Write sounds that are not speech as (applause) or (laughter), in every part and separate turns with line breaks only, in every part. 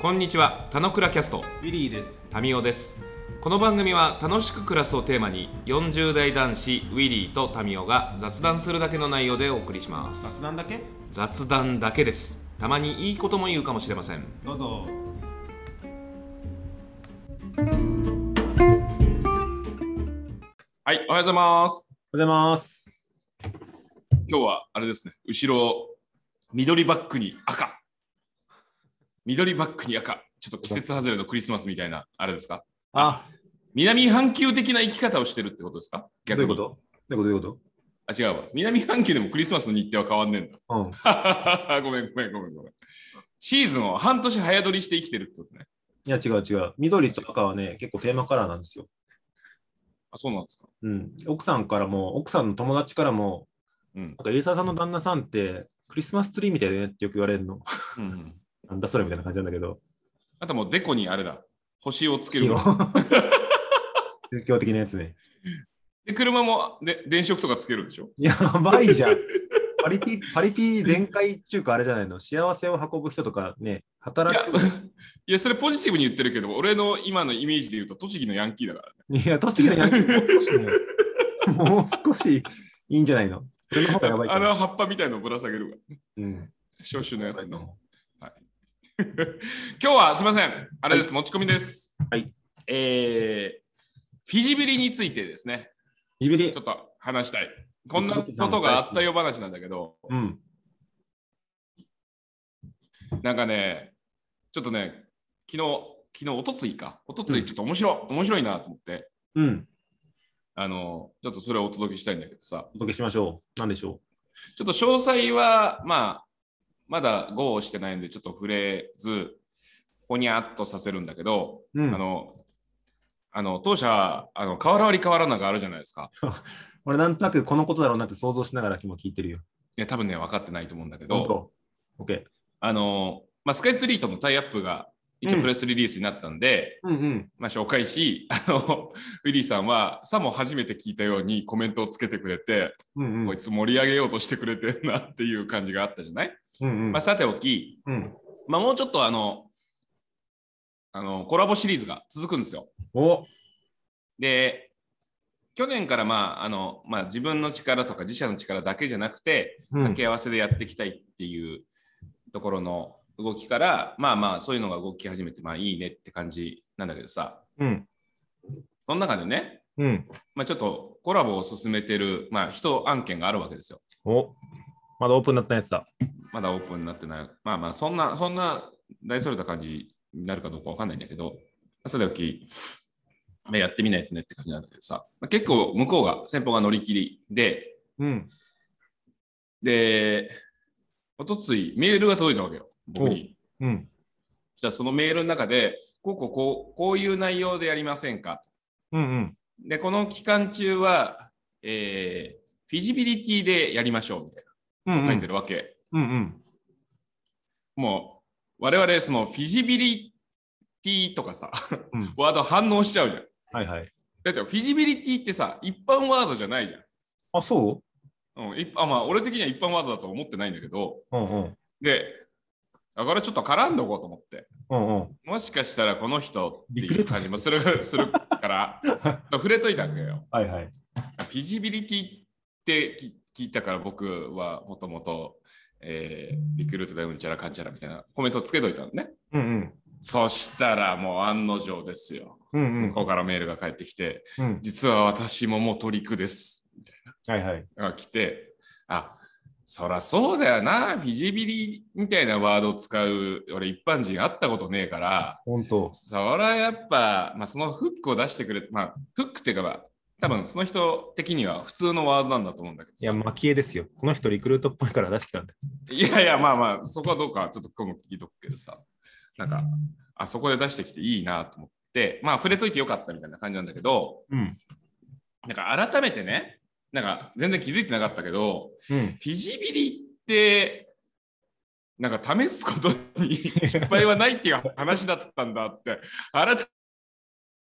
こんにちは、たのくらキャスト、
ウィリーです。
タミオです。この番組は楽しく暮らすをテーマに、40代男子ウィリーとタミオが雑談するだけの内容でお送りします。
雑談だけ
雑談だけです。たまにいいことも言うかもしれません。
どうぞ。
はい、おはようございます。
おはようございます。
今日はあれですね、後ろ、緑バックに赤。緑バックに赤。ちょっと季節外れのクリスマスみたいな、あれですか
あ、
南半球的な生き方をしてるってことですか
どう
逆
い
に
うことどういうことどういうこ
あ、違うわ。南半球でもクリスマスの日程は変わんねえんだ。
とう
(laughs)
ん。
ごめんごめんごめんごめん。シーズンを半年早撮りして生きてるってことね。
いや、違う違う。緑と赤はね、結構テーマカラーなんですよ。
あ、そうなんですか。
うん。奥さんからも、奥さんの友達からも、
うん。
あと、エリサさんの旦那さんって、クリスマスツリーみたいだよねってよく言われるの。 (laughs)
うんうん、
なんだそれみたいな感じなんだけど、
あともうデコにあれだ。星をつけ
基
る
本。。 (laughs) 宗教的なやつね。
で、車もで電飾とかつけるんでしょ
やばいじゃん。パリピ、パリピ全開中華あれじゃないの幸せを運ぶ人とかね、
い
働
や
く。、
いやそれポジティブに言ってるけど、俺の今のイメージで言うと、栃木のヤンキーだからね。
いや、栃木のヤンキーもう少しね、もう少しいいんじゃないのそれの方がやばい
あ
か
の
ら。
葉っぱみたいのぶら下げるわ。
うん。
消臭のやつの。今日はすみません。あれです、持ち込みです。
はい。
えー、フィジビリについてですね、
ビビリ
ちょ。っと話したい。こんなことがあったよ話なんだけど、
うん。
なんかね、ちょっとね、昨日、昨日、おとついか。おとつい、ちょっと面白い、面白いなと思って、
うん。
あの、ちょっとそれをお届けしたいんだけどさ、
お届けしましょう。なんでしょ
ちょっと詳細は、まあ、まだゴーしてないんで、ちょっと触れず、ほにゃっとさせるんだけど、
う。う
あ
ん。
の、あの当社、あの変わらわり変わらながあるじゃないですか。
俺、なんとなくこのことだろうなって想像しながら今聞いてるよ。
いや、多分ね、分かってないと思うんだけ
本
ど、
当。オッケー。
あの、まあ、スカイツリーとのタイアップが一
う
応
ん
プレスリリースになったんで、
うんうん。
まあ、紹介し、 (laughs) あの、ウィリーさんは、さも初めて聞いたようにコメントをつけてくれて、
うんう
こ
ん
い。つ盛り上げようとしてくれてるなっていう感じがあったじゃない、
うんう
まあ、
ん。
さておき、
うん。
まあ、もうちょっとあの、あの、コラボシリーズが続くんですよ。
お
で、去年からまあ、あの、まあ自分の力とか自社の力だけじゃなくて、
うん
掛け合わせでやっていきたいっていうところの動きから、まあまあ、そういうのが動き始めて、まあいいねって感じなんだけどさ、
うん。
その中でね、
うん。
まあちょっとコラボを進めてる、まあ人案件があるわけですよ。
おまだオープンになったやつだ。
まだオープンになってない。まあまあ、そんな、そんな大それた感じになるかどうかわかんないんだけど、それだけ、まあやってみないとねって感じなんだけどさ、まあ結構向こうが、先方が乗り切りで、
うん。
で、おとついメールが届いたわけよ、僕に。
うん。
じゃあそのメールの中で、こうこうこう、こういう内容でやりませんか。
うんうん。
で、この期間中は、えーフィジビリティでやりましょうみたい
うんう
な書いて
ん。
るわけ。
うんうん。
もう、我々、そのフィジビリティとかさ、
うん
ワード反応しちゃうじゃん。
はいはい。
だってフィジビリティってさ、一般ワードじゃないじゃん。
あ、そ
うん、一あまあ、俺的には一般ワードだと思ってないんだけど、
ううんうん。
で、だからちょっと絡んでおこうと思って。
うんうん。
もしかしたらこの人って
リク
い
ル
う
ート
感じもするするから、
(laughs)
触れといたわけよ。
はいはい。
フィジビリティってき聞いたから僕はもともと、えーリクルートでうんちゃらかんちゃらみたいなコメントをつけといたのね。
うんうん。
そしたらもう案の定ですよ。
うんうん
向こうからメールが返ってきて、
うん。
実は私ももうトリクです。
はいはい。
が来て、あそらそうだよな、フィジビリみたいなワードを使う、俺一般人会ったことねえから、
本当。
それはやっぱ、まあ、そのフックを出してくれて、まあ、フックっていうか、まあ、多分その人的には普通のワードなんだと思うんだけどさ
いや、蒔絵ですよ。この人リクルートっぽいから出してきたんだ。
いやいや、まあまあ、そこはどうかちょっと今後聞いとくけどさ、なんか、あそこで出してきていいなと思って、まあ、触れといてよかったみたいな感じなんだけど、
うん。
なんか改めてね、なんか全然気づいてなかったけど、
うん。
フィジビリって、なんか試すことに (laughs) 失
(laughs)
敗はないっていう話だったんだって、改めて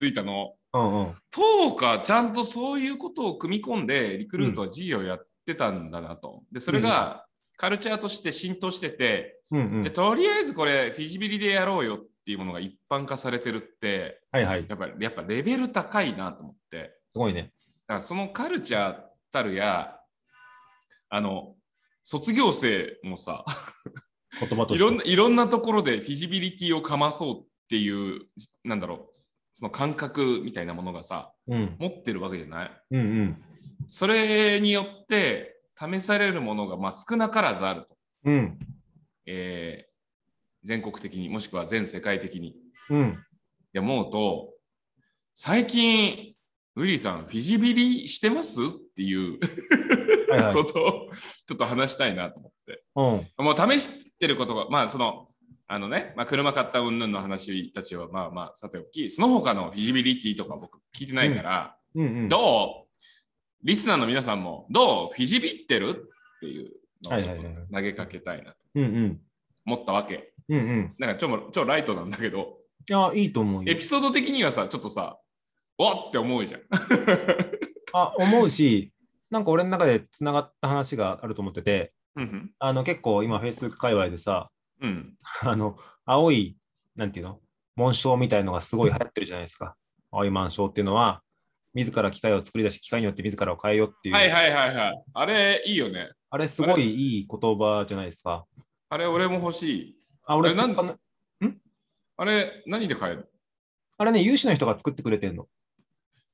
気づいたの。
うんうん。
そうか、ちゃんとそういうことを組み込んで、リクルートは事業やってたんだなと。で、それがカルチャーとして浸透してて、
うんう
で
ん。
とりあえずこれ、フィジビリでやろうよっっていうものが一般化されてるって、
はいはい。す
やっぱりやっぱレベル高いなと思って。
ごいね。
だからそのカルチャーたるや、あの、卒業生もさ、
言葉と
い
して。
ろんな、いろんなところでフィジビリティをかまそうっていう、なんだろう、その感覚みたいなものがさ、
うん。
持ってるわけじゃない
うんうん。
それによって試されるものがまあ少なからずあると、
うん。
えー全国的にもしくは全世界的に
うん。
で思うと最近ウィリーさんフィジビリしてますっていう
はいは
(laughs)
い。
ことをちょっと話したいなと思って
うん。
もう試してることがまあそのあのね、まあ、車買った云々の話たちはまあまあさておきその他のフィジビリティとか僕聞いてないから、
うんうん。
どうリスナーの皆さんもどうフィジビってるっていうのをちょっと
はいはいはい
投げかけたいなと
うんうん。思
思ったわけ。
うんうん。
なんかちょちょライトなんだけど、
いや、いいと思うよ
エ。ピソード的にはさ、ちょっとさ、わっって思うじゃん。
あ、思うし、なんか俺の中でつながった話があると思ってて、
うん
あの結構今、Facebook 界隈でさ、
うん、うん。
あの、青い、なんていうの紋章みたいのがすごい流行ってるじゃないですか。青い紋章っていうのは、自ら機械を作り出し、機械によって自らを変えようっていう、
はいはいはいはい。あれいいよね。
あれすごいいい言葉じゃないですか。
あれ俺も欲しい。
あ、俺
あれなんで
あの
あれ何で買える
あれね、有志の人が作ってくれてるの。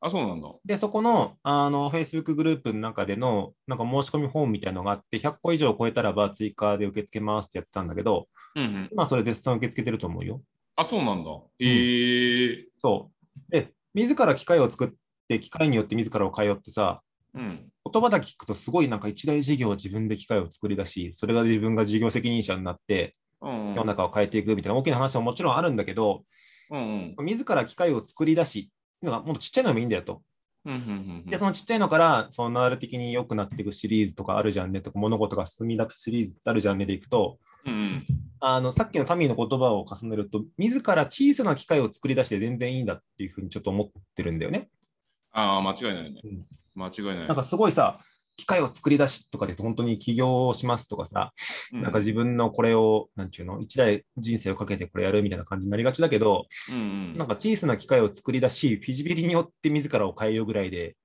あ、そうなんだ。
で、そこの、あの、Facebook グループの中での、なんか申し込みフォームみたいのがあって、100個以上超えたらば追加で受け付けますってやってたんだけど、
うんうん。
今それ絶賛受け付けてると思うよ。
あ、そうなんだ。えー。
そう。で、自ら機械を作って、機械によって自らを変えようってさ、
うん。
言葉だけ聞くとすごいなんか一大事業を自分で機械を作り出し、それが自分が事業責任者になって、
うんうん
世の中を変えていくみたいな大きな話はもちろんあるんだけど、
うんうん
自ら機械を作り出し、っていうのがもっとちっちゃいのでもいいんだよと。
うんうん
で、そのちっちゃいのから、その流れ的に良くなっていくシリーズとかあるじゃんねとか、物事が進み出すシリーズあるじゃんねでいくと、
うんうん
あの、さっきのタミーの言葉を重ねると、自ら小さな機械を作り出して全然いいんだっていうふうにちょっと思ってるんだよね。
ああ、間違いないね
うん。
間違いない。
なんかすごいさ、機械を作り出しとかで本当に起業をしますとかさ、
う
なんか自分のこれを、なんちゅうの、一代人生をかけてこれやるみたいな感じになりがちだけど、
うんうん
なんか小さな機械を作り出し、フィジビリによって自らを変えようぐらいで、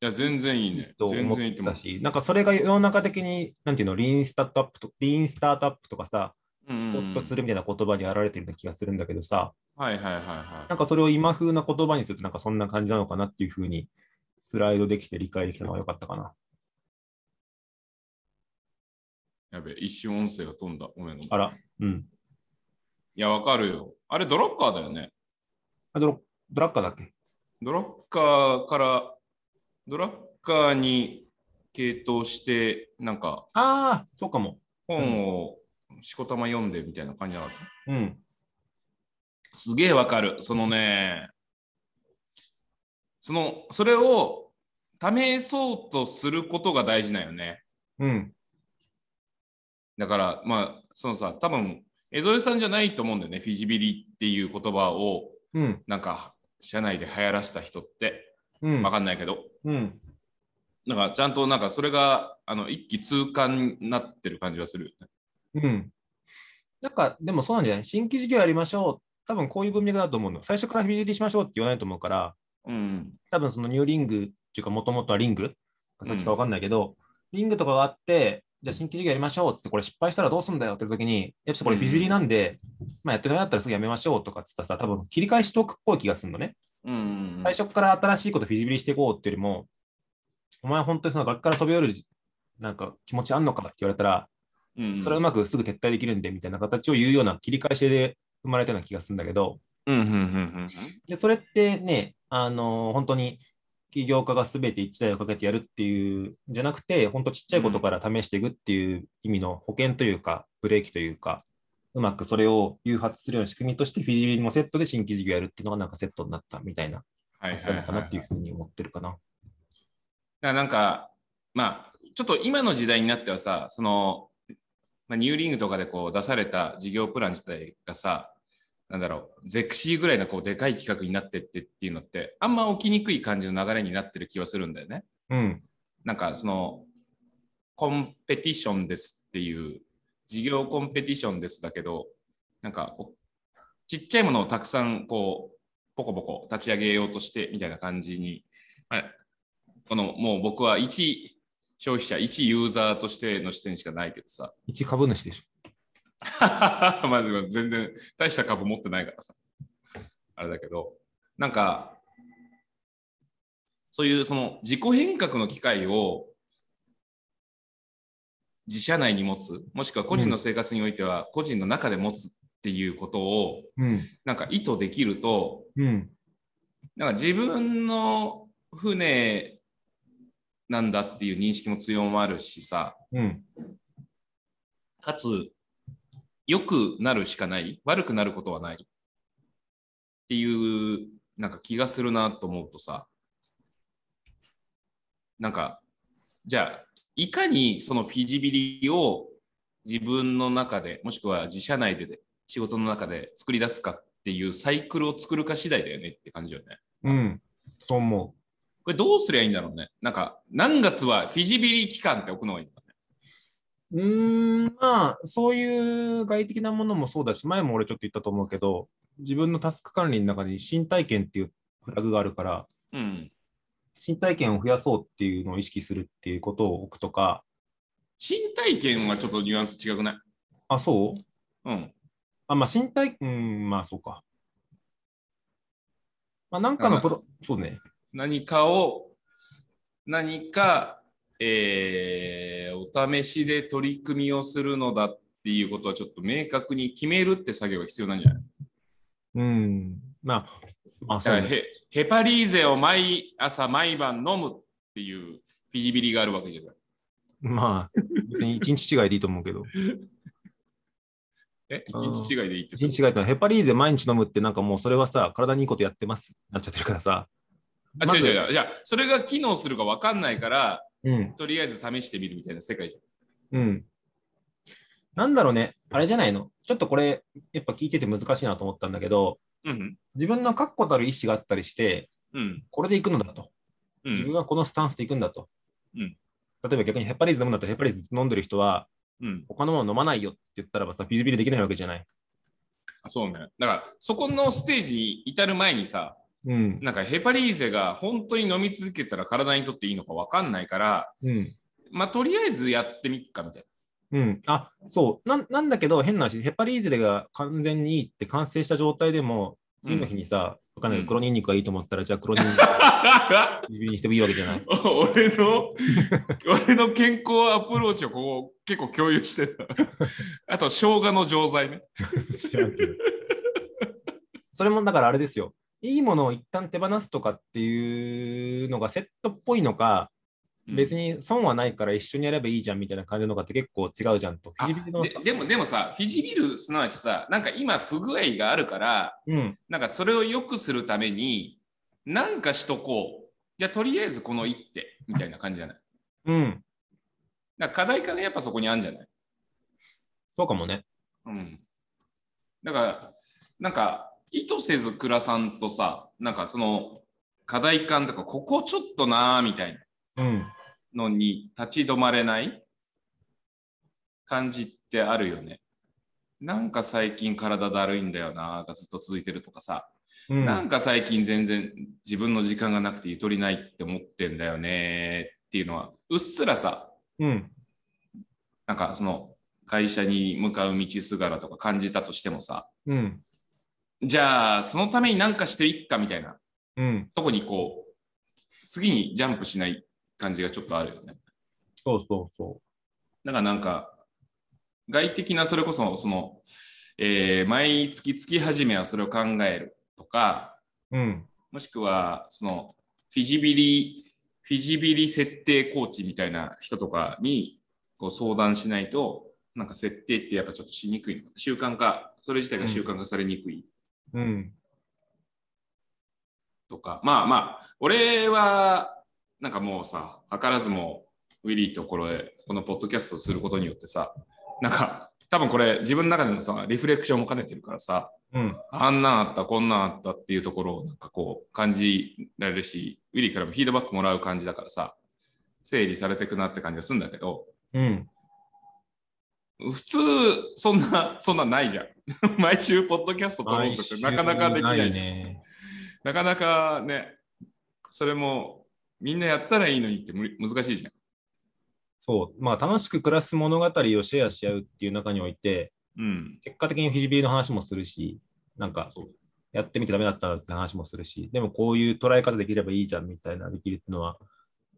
いや、全然いいね。
と
全
思っ
然いいと
て
思う
た。し、なんかそれが世の中的に、なんていうの、リーンスタートアップとリーンスタートアップとかさ、
うん
ス
うん
ト
う
ッ
ん
プするみたいな言葉にあられてるような気がするんだけどさ、
はいはいはいは
なんかそれを今風な言葉にすると、なんかそんな感じなのかなっていうふうに、スライドできて理解できたのが良かったかな。
い。やべ、一瞬音声が飛んだ。ごめんごめん。い
あら、うん。
や、わかるよ。あれ、ドロッカーだよね。
あドロドラッカーだっけ
ドロッカーから、ドラッカーに系統して、なんか、
ああ、そうかも。
本をしこたま読んでみたいな感じなかった。
うん。
すげえわかる。そのね、その、それを試そうとすることが大事だよね。
うん。
だから、まあ、そのさ、多分江添さんじゃないと思うんだよね、フィジビリっていう言葉を、
うん。
なんか、社内で流行らせた人って、
うん
わ。かんないけど、
うん。
なんか、ちゃんと、なんか、それが、あの、一気通貫になってる感じがするよね。
うん。なんか、でもそうなんじゃない新規事業やりましょう。多分こういう文脈だと思うの。最初からフィジビリしましょうって言わないと思うから、
うん。
多分そのニューリングっていうか、もともとはリング
ん
さっきか分かんないけど、リングとかがあって、じゃあ新規事業やりましょうっつって、これ失敗したらどうすんだよって時に、いや、ちょっとこれ
うん
ビジビリなんで、まあやってないんだったらすぐやめましょうとかっつったらさ、多分切り返しておくっぽい気がするのね。
うん。
最初から新しいことフィジビリしていこうっていうよりも、お前本当にその楽器から飛び降りる、なんか気持ちあんのかって言われたら、
うん、
それはうまくすぐ撤退できるんでみたいな形を言うような切り返しで生まれたような気がするんだけど、
うん、うん、うん、うん。
で、それってね、あの本当に起業家が全て一台をかけてやるっていうんじゃなくて、本当ちっちゃいことから試していくっていう意味の保険というか、ブレーキというか、うまくそれを誘発するような仕組みとして、フィジビリもセットで新規事業やるっていうのがなんかセットになったみたいな、
はい
あ
は
っ
い、
た
はい。
の
だ
か
か
なっていうふうに思ってるかな。
らなんか、まあ、ちょっと今の時代になってはさ、その、まあ、ニューリングとかでこう出された事業プラン自体がさ、なんだろう、ゼクシーぐらいのこうでかい企画になってってっていうのって、あんま起きにくい感じの流れになってる気はするんだよね。
うん、
なんかその、コンペティションですっていう、事業コンペティションですだけど、なんかおちっちゃいものをたくさんこうポコポコ立ち上げようとしてみたいな感じに、まあこのもう僕は一消費者、一ユーザーとしての視点しかないけどさ、
一株主でしょ。
(laughs) まあでも全然大した株持ってないからさ。あれだけど、なんか、そういうその自己変革の機会を自社内に持つ、もしくは個人の生活においては個人の中で持つっていうことを
うん。
なんか意図できると、
うん。
なんか自分の船なんだっていう認識も強まるしさ、
うん。
かつ良くなるしかない悪くなることはないっていうなんか気がするなと思うとさなんかじゃあいかにそのフィジビリを自分の中でもしくは自社内で仕事の中で作り出すかっていうサイクルを作るか次第だよねって感じよね。
うん。そう思
これどうすりゃいいんだろうね。なんか何月はフィジビリ期間って置くのがいいんだね。
う。うーん、まあ、そういう外的なものもそうだし、前も俺ちょっと言ったと思うけど、自分のタスク管理の中に新体験っていうフラグがあるから、
うん。
新体験を増やそうっていうのを意識するっていうことを置くとか、
新体験はちょっとニュアンス違くない
あ、そう
うん。
あ、まあ、身体、うん、まあ、そうか。まあ、なんかのプロ、そうね。
何かを何か、えーお試しで取り組みをするのだっていうことはちょっと明確に決めるって作業が必要なんじゃない
うん。まあ、あ、
だか
そう
ら
ね。
ヘヘパリーゼを毎朝毎晩飲むっていうフィジビリがあるわけじゃない。
まあ、別に一日違いでいいと思うけど。
え一
あー
日違いでいいって
一日違いってのはヘパリーゼ毎日飲むってなんかもうそれはさ、体にいいことやってますってなっちゃってるからさ。
あ、
ま
違う
ず
違う違う。じゃあ、それが機能するか分かんないから、
うん、
とりあえず試してみるみたいな世界じ
うん。なんだろうね、あれじゃないのちょっとこれ、やっぱ聞いてて難しいなと思ったんだけど、
ゃん。うん
自分の確固たる意思があったりして、
うん。うん。
これで行くのだと。
う
自分
ん。
はこのスタンスで行くんだと。
うん
例えば逆にヘパリーゼ飲むんだったらヘパリーゼ飲んでる人は、
うん。
他のもの飲まないよって言ったらばさ、ビリビリできないわけじゃない。
あそうね。だから、そこのステージに至る前にさ、
うん。
なんかヘパリーゼが本当に飲み続けたら体にとっていいのか分かんないから、
うん。
まあ、とりあえずやってみっかみたい
うん。あ、そう。なんなんだけど、変な話、ヘパリーゼが完全にいいって完成した状態でも、次の日にさ、わかんないけ
うん
ど黒ニンニクがいいと思ったら、じゃあ黒ニンニクを
な。
ビリビリにしてもいいわけじゃない。
(laughs) 俺の、俺の健康アプローチをこう結構共有して
(laughs)
た。あと、生姜の錠剤ね。
知ら
(laughs)
んけどそれもだからあれですよ。いいものを一旦手放すとかっていうのがセットっぽいのか、別
に。
に損はないから一緒にやればいいじゃんみたいな感じのかって結構違うじゃんと。
あ
ビリビリの
ででも、でもさ、フィジビル、すなわちさ、なんか今不具合があるから、
うん、
なんかそれを良くするために、なんかしとこう。いや、とりあえずこの一手、みたいな感じじゃない。
うん、
なんか課題感がやっぱそこにあるんじゃない
そうかもね。
うん。だから、なんか、意図せず倉さんとさ、なんかその課題感とか、ここちょっとなーみたい
うん、
なのに立ち止まれない感じってあるよね。なんか最近体だるいんだよなーがずっと続いてるとかさ、
うん、
なんか最近全然自分の時間がなくてゆとりないって思ってんだよねーっていうのは、うっすらさ、
うん、
なんかその会社に向かう道すがらとか感じたとしてもさ、
うん、
じゃあ、そのために何かしていっかみたいな
うん、
とこにこう、次にジャンプしない感じがちょっとあるよね。
そうそうそ
だからなんか、外的なそれこそ、その、えー毎月月始めはそれを考えるとか、
う。うん、
もしくは、その、フィジビリ、フィジビリ設定コーチみたいな人とかにこう相談しないと、なんか設定ってやっぱちょっとしにくいの。習慣化、それ自体が習慣化されにくい。
うん、
とか、まあまあ、俺は、なんかもうさ、図らずも、ウィリーとこれ、このポッドキャストをすることによってさ、なんか、多分これ、自分の中でのさ、リフレクションも兼ねてるからさ、
うん、
あんなんあった、こんなんあったっていうところを、なんかこう、感じられるし、ウィリーからもフィードバックもらう感じだからさ、整理されてくなって感じがするんだけど、
うん。
普通、そんな、そんなないじゃん。 (laughs) 毎週ポッドキャスト撮ろうとしてなかなかできない
毎
い
週ね。
なかなかね、それもみんなやったらいいのにって無理難しいじゃん。
そう、まあ、楽しく暮らす物語をシェアし合うっていう中において、
うん。
結果的にフィジビリの話もするし、なんか
そう
やってみてダメだったなって話もするし、でもこういう捉え方できればいいじゃんみたいなできるってのは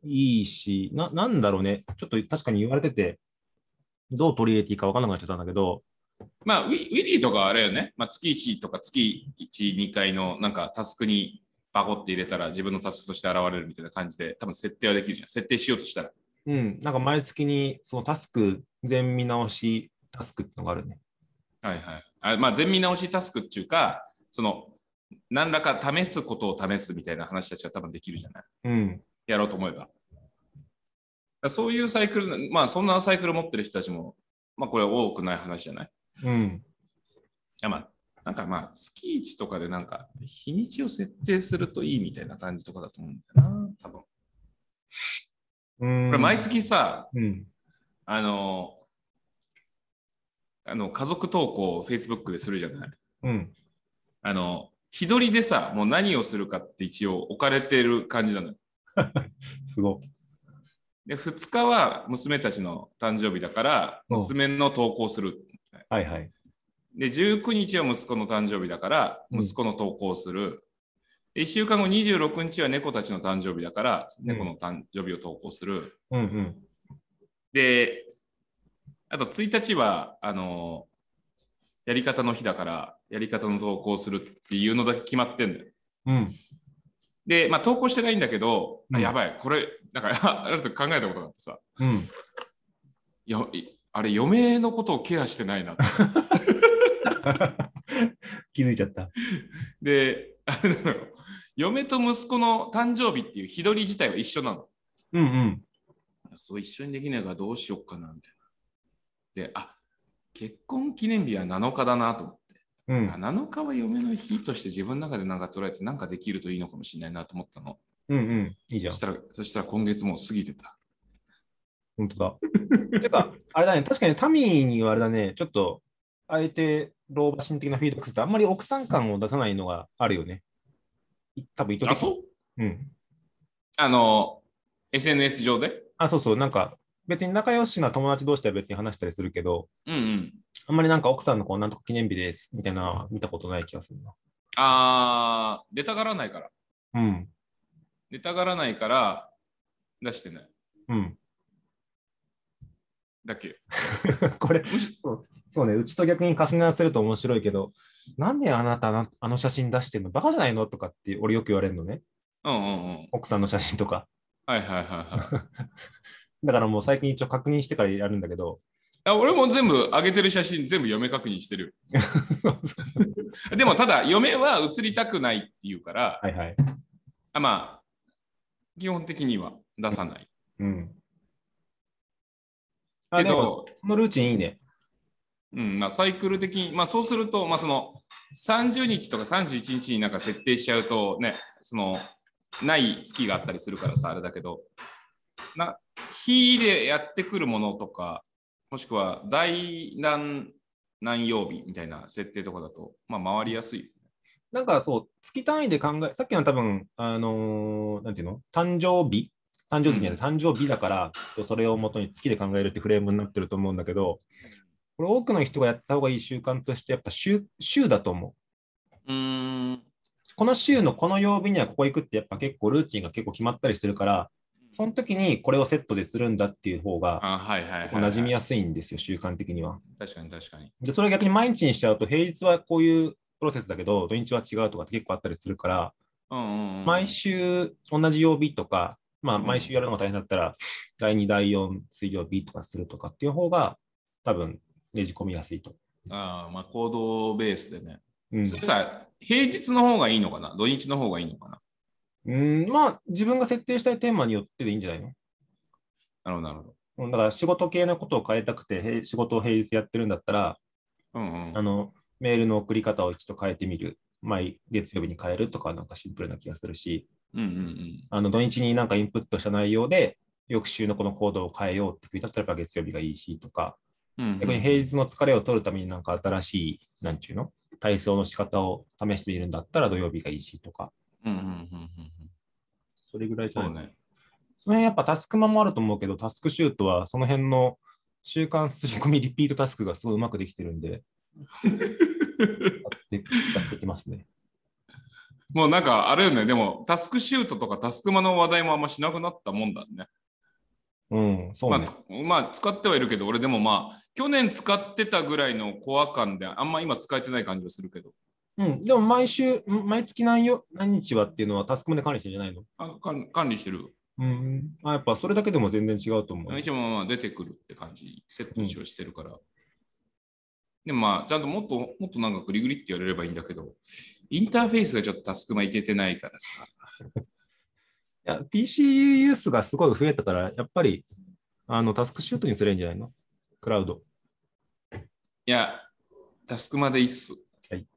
いいし、ななんだろうね、ちょっと確かに言われてて、どう取り入れていいか分からなくなっちゃったんだけど、
まあ、ウィウィリーとかはあれよね、まあ、月1とか月1、2回のなんかタスクにバコって入れたら自分のタスクとして現れるみたいな感じで、多分設定はできるじゃん。設定しようとしたら。
うん、なんか毎月にそのタスク全見直しタスクってのがあるね。
はいはい。あまあ、全見直しタスクっていうか、その、何らか試すことを試すみたいな話たちが多分できるじゃない。
うん、
やろうと思えば。だからそういうサイクル、まあ、そんなサイクル持ってる人たちも、まあ、これは多くない話じゃない。い
うん、
や、まあ、なんかまあ、月1とかでなんか、日にちを設定するといいみたいな感じとかだと思うんだよな、多分。
うん。
これ毎月さ、
うん、
あの、あの家族投稿を Facebook でするじゃない。
うん、
あの、日取りでさ、もう何をするかって一応置かれてる感じなのよ。
すご
で、2日は娘たちの誕生日だから、
うん
娘の投稿する。
い。はいはい。
で、19日は息子の誕生日だから、
うん
息子の投稿する。で1週間後26日は猫たちの誕生日だから、
ん
猫の誕生日を投稿する。
うん、うん。
で、あと1日は、あの、やり方の日だから、やり方の投稿するっていうのだけ決まってんだよ。
うん、
で、まあ投稿してないんだけど、
う
あ
ん
やばい、これ、なんか、 (laughs) あある時考えたことがあってさ、
うん。
いや、いあれ、余命のことをケアしてないなって。
(laughs) 気づいちゃった。
で、あれなのよ嫁と息子の誕生日っていう日取り自体は一緒なの。
うん、うん。
そう一緒にできないからどうしよっかなみたいな。で、あ結婚記念日は7日だなと思って。
うん
あ、7日は嫁の日として自分の中でなんか捉えてなんかできるといいのかもしれないなと思ったの。
うん、うん。いいじゃ
そ
ん
し。たら、そしたら今月もう過ぎてた。
本当
(laughs)
だ。てか、あれだね、確かにタミーにはあれだね、ちょっと、あえて老婆心的なフィードバックスって、あんまり奥さん感を出さないのがあるよね。い多分意図的
あ、そう
うん。
あの、SNS 上で
あ、そうそう、なんか、別に仲良しな友達同士では別に話したりするけど、
うんうん。
あんまりなんか奥さんのこう、なんとか記念日です、みたいなのは見たことない気がするな。
あー、出たがらないから。
うん、
出たがらないから出してない。
うん。 (laughs)
だっけ
これ、そうそうね、うちと逆に重ね合わせると面白いけど、なんであなたあのあの写真出してんのバカじゃないのとかって俺よく言われるのね。
うんうんうん。
奥さんの写真とか。
はいはいはいはい。
だからもう最近一応確認してからやるんだけど、
あ俺も全部上げてる写真全部嫁確認してる
(laughs)
よ。でもただ嫁は写りたくないっていうから、
はいはい。
あまあ、基本的には出さない。
うん。あ
け
でも、
ど、
そのルーチンいいね。
うんまあ、サイクル的に、まあそうすると、まあその30日とか31日になんか設定しちゃうとね、そのない月があったりするからさ、あれだけど、な日でやってくるものとか、もしくは大何何曜日みたいな設定とかだと、まあ回りやすい。
なんかそう、月単位で考え、さっきの多分、あのーなんていうの誕生日誕生日にある誕生日だから、それをもとに月で考えるってフレームになってると思うんだけど、これ多くの人がやった方がいい習慣として、やっぱ週週だと思う。
うーん。
この週のこの曜日にはここ行くって、やっぱ結構ルーチンが結構決まったりしてるから、その時にこれをセットでするんだっていう方が、
あ、はいはいはい、はい。
馴染みやすいんですよ、習慣的には。
確かに確かに。
で、それを逆に毎日にしちゃうと、平日はこういうプロセスだけど、土日は違うとかって結構あったりするから、
うんうん、うん。
毎週同じ曜日とか、まあ、
うん
毎週やるのが大変だったら、第2、第4、水曜日とかするとかっていう方が、多分ねじ込みやすいと。
ああまあ行動ベースでね。
うん、
それさ、平日の方がいいのかな土日の方がいいのかな
うんまあ、自分が設定したいテーマによってでいいんじゃないの
なるほど、なるほど。
うんだから、仕事系のことを変えたくて、へい仕事を平日やってるんだったら、
うんう
あ
ん。
の、メールの送り方を一度変えてみる。毎月曜日に変えるとか、なんかシンプルな気がするし、
うんうんうん。
あの土日になんかインプットした内容で、翌週のこの行動を変えようって聞いたら、やっぱ月曜日がいいしとか、
うん
逆に平日の疲れを取るためになんか新しい、なんちゅうの体操の仕方を試してみるんだったら土曜日がいいしとか、
うんうんうんうんうん
それぐらいじゃ
そ
ないう
ね。
その辺やっぱタスクマもあると思うけど、タスクシュートはその辺の習慣すり込みリピートタスクがすごいうまくできてるんで、やってやってきますね。
もうなんかあれよね、でもタスクシュートとかタスクマの話題もあんましなくなったもんだね。
うん、そう
ま
ね。
あつまあ、使ってはいるけど、俺でもまあ、去年使ってたぐらいのコア感で、あんま今使えてない感じはするけど。
うん、でも毎週、ん毎月何よ何日はっていうのはタスクマで管理してるんじゃないの
あ管管理してる。
うん、あやっぱそれだけでも全然違うと思う。
一応まあまあ出てくるって感じ、セットに一応してるから。でもまあ、ちゃんともっと、もっとなんかグリグリって言われればいいんだけど、インターフェースがちょっとタスクマいけてないからさ。
いや PC ユースがすごい増えたから、やっぱりあのタスクシュートにすればいいんじゃないのクラウド。
いや、タスクまでいいっす。
はい。
(laughs)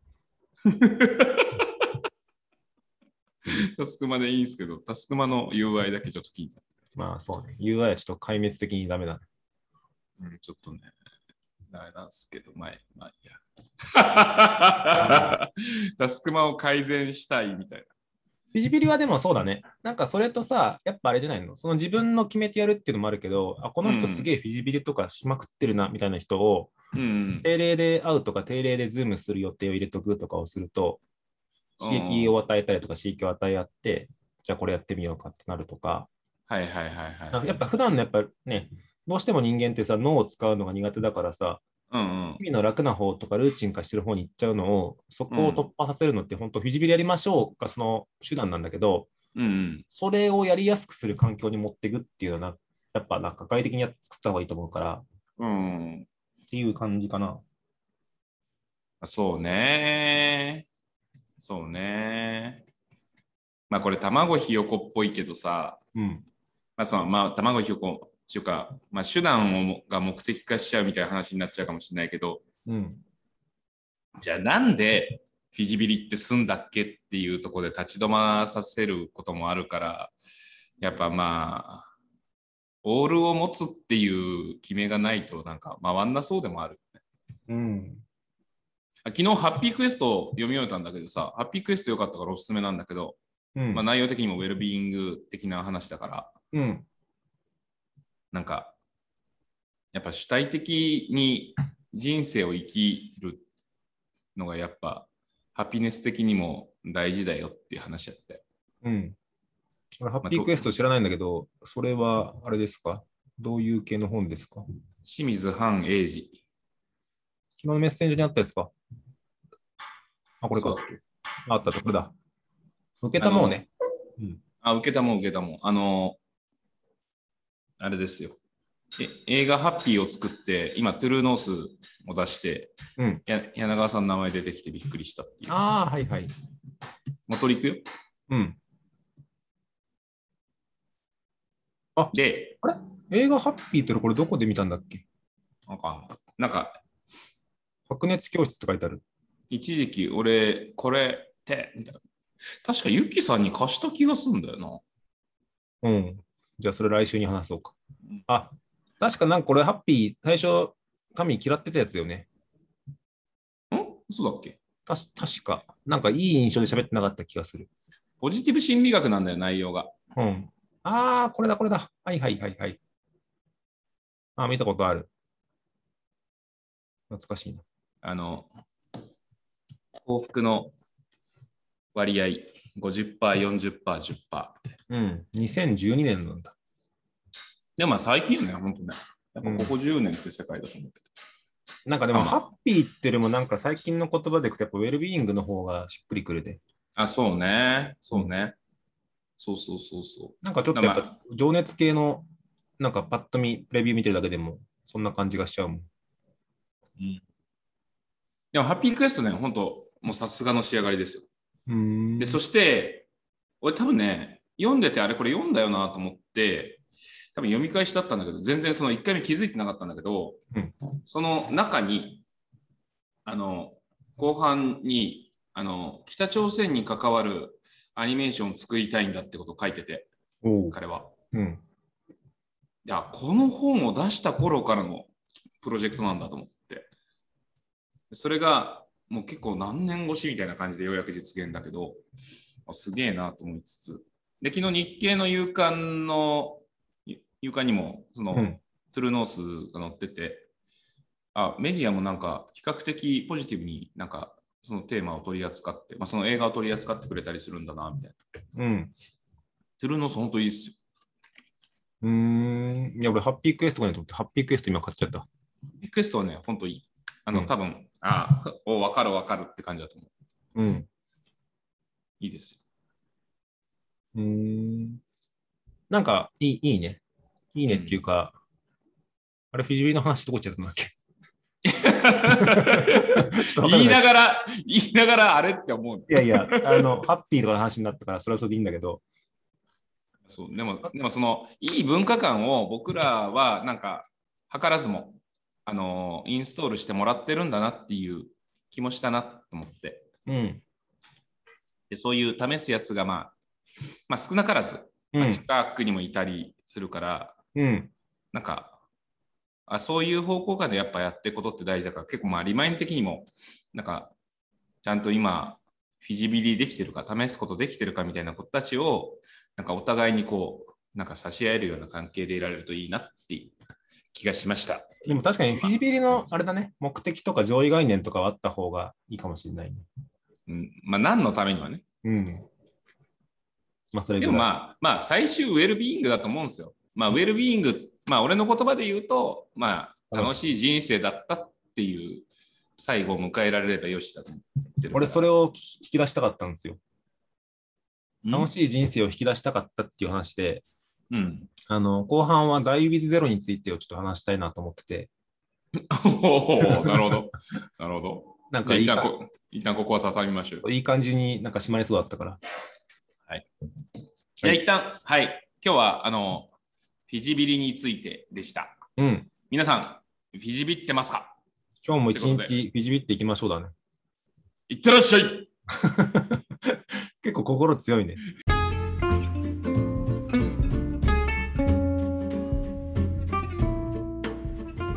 タスクまでいいんすけど、タスクマの UI だけちょっと聞いた。
まあそうね。UI はちょっと壊滅的にダメだね。
うん、ちょっとね、あれなんですけど、まあ、まあ、いい
(laughs)
や。タスクマを改善したいみたい
ビジビリはでもそうだね。なんかそれとさ、やっぱあれじゃないのその自分の決めてやるっていうのもあるけど、あこの
うん
人すげえビジビリとかしまくってるなみたいな人を、
な。うん。
定例で会うとか定例でズームする予定を入れとくとかをすると、刺激を与えたりとか刺激を与え合って、じゃあこれやってみようかってなるとか、
はいはいはい
なん
は
か
い。
やっぱ普段のやっぱね、どうしても人間ってさ、脳を使うのが苦手だからさ、
うんうん。
日々の楽な方とかルーチン化してる方に行っちゃうのを、そこを突破させるのって、本当、ビジビリやりましょうがその手段なんだけど、
うんうん。
それをやりやすくする環境に持っていくっていうのはな、やっぱなんか外的にやっ作った方がいいと思うから、
うん。
っていう感じかな。
そうね。そうね。まあこれ、卵ひよこっぽいけどさ、
うん。
まあその、まあ卵ひよこっていうか、まあ手段をもが目的化しちゃうみたいな話になっちゃうかもしれないけど、
うん。
じゃあなんでフィジビリって済んだっけっていうところで立ち止まさせることもあるから、やっぱまあ、オールを持つっていう決めがないとなんか回んなそうでもある。
うん。
あ昨日ハッピークエストを読み終えたんだけどさ、ハッピークエスト良かったからおすすめなんだけど、
うん。
まあ、内容的にもウェルビーイング的な話だから、
うん。
なんか、やっぱ主体的に人生を生きるのがやっぱ、ハピネス的にも大事だよっていう話やって。
うん。俺ハッピークエスト知らないんだけど、それはあれですかどういう系の本ですか
清水半英二。
昨日のメッセンジャーにあったやつかあ、これ
そう
か
だっ。け
あったとこれだ。受けたもうね。
あ、受けたもん受けたもん。あの、あれですよ。え映画ハッピーを作って、今、トゥルーノースを出して、
うん
や柳川さんの名前出てきてびっくりしたっていう。
ああ、はいはい。
元陸よ。
うん。
で、
映画ハッピーってこれどこで見たんだっけ
わかんない。なんか、
白熱教室って書いてある。
一時期俺、これって、みたいな。確かユキさんに貸した気がすんだよな。
うん。じゃあそれ来週に話そうか
うん。
あ、確かなんかこれハッピー、最初、民嫌ってたやつだよね。
んそうだっけ
たし確か、なんかいい印象で喋ってなかった気がする。
ポジティブ心理学なんだよ、内容が。
うん。ああ、これだ、これだ。はいはいはいはい。あー見たことある。懐かしいな。
あの、幸福の割合、50%、40%、10%って。
うん。2012年なんだ。
でもまあ最近よね、ほんとね。やっぱここ10年って世界だと思うけ
なんかでも、
あま
ハ
あ
ッピーっていうよりも、なんか最近の言葉でいくと、やっぱウェルビーイングの方がしっくりくるで。
ど。あ、そうね。そうね。そうそうそうそう。
なんかちょっとやっ
ま
ぱ、情熱系の、なんかパッと見、プレビュー見てるだけでも、そんな感じがしちゃうもん。
でも、ハッピークエストね、ほんと、もうさすがの仕上がりですよ。
うん
でそして俺多分ね読んでてあれこれ読んだよなと思って多分読み返しだったんだけど全然その1回目気づいてなかったんだけど、
うん
その中にあの後半にあの北朝鮮に関わるアニメーションを作りたいんだってことを書いてて
おう
彼は。
うん。
いやこの本を出した頃からのプロジェクトなんだと思って。それがもう結構何年越しみたいな感じでようやく実現だけど、あすげえなと思いつつ。で、昨日日経の夕刊の、ゆ夕刊にも、その、
うん
トゥルーノースが載ってて、あ、メディアもなんか比較的ポジティブになんかそのテーマを取り扱って、まあ、その映画を取り扱ってくれたりするんだな、みたいな。
うん。
トゥルーノース本当いいっすよ。
うーん。いや、俺、ハッピークエストかねと思って、ハッピークエスト今買っちゃった。
リクエストはね、本当いい。あ
う
の、
ん
多分、ああ、お、わかるわかるって感じだと思う。
うん。
いい
(laughs)
ですよ。
うーん。なんか、いい、いいね。いいねっていうか、あれ、フィジビリの話どこ行っちゃったんだっけ (laughs) ちょっとわかん
言いな
ない
がら、言いながらあれって思う。
いやいや、あの、ハッピーとかの話になったから、それはそれでいいんだけど、
そう、でも、でもその、いい文化観を僕らは、なんか、図らずも、あの、インストールしてもらってるんだなっていう気もしたなと思って。
うん。
で、そういう試すやつが、まあ、まあ、少なからず、
う
まあ
ん。
近くにもいたりするから、
うん。
なんかあ、そういう方向感でやっぱやっていくことって大事だから、結構まあリマイン的にも、なんか、ちゃんと今、フィジビリできてるか、試すことできてるかみたいな子たちを、なんかお互いにこう、なんか差し合えるような関係でいられるといいなっていう気がしました。
でも確かにフィジビリのあれだね、目的とか上位概念とかはあった方がいいかもしれないね。
うん、まあ何のためにはね。
うん。まあそれぐ
で
らい。
もまあ、まあ最終ウェルビーイングだと思うんですよ。まあウェルビーイング、まあ俺の言葉で言うと、まあ楽しい人生だったっていう最後を迎えられればよしだと思ってる。
俺それを聞き引き出したかったんですよ。
うん
楽しい人生を引き出したかったっていう話で、
うん。
あの、後半はダイビズゼロについてをちょっと話したいなと思ってて、
おーなるほど。なるほど。
なん
じ
か
ゃあ
いい
一旦
か
こ一旦ここは畳みましょう。
いい感じになんか締まりそうだったから。
じゃあ一旦、はい。今日は、あの、フィジビリについてでした。
うん。
皆さん、フィジビってますか
今日も一
とい
日フィジビっていきましょうだね。
いってらっしゃい
結構心強いね。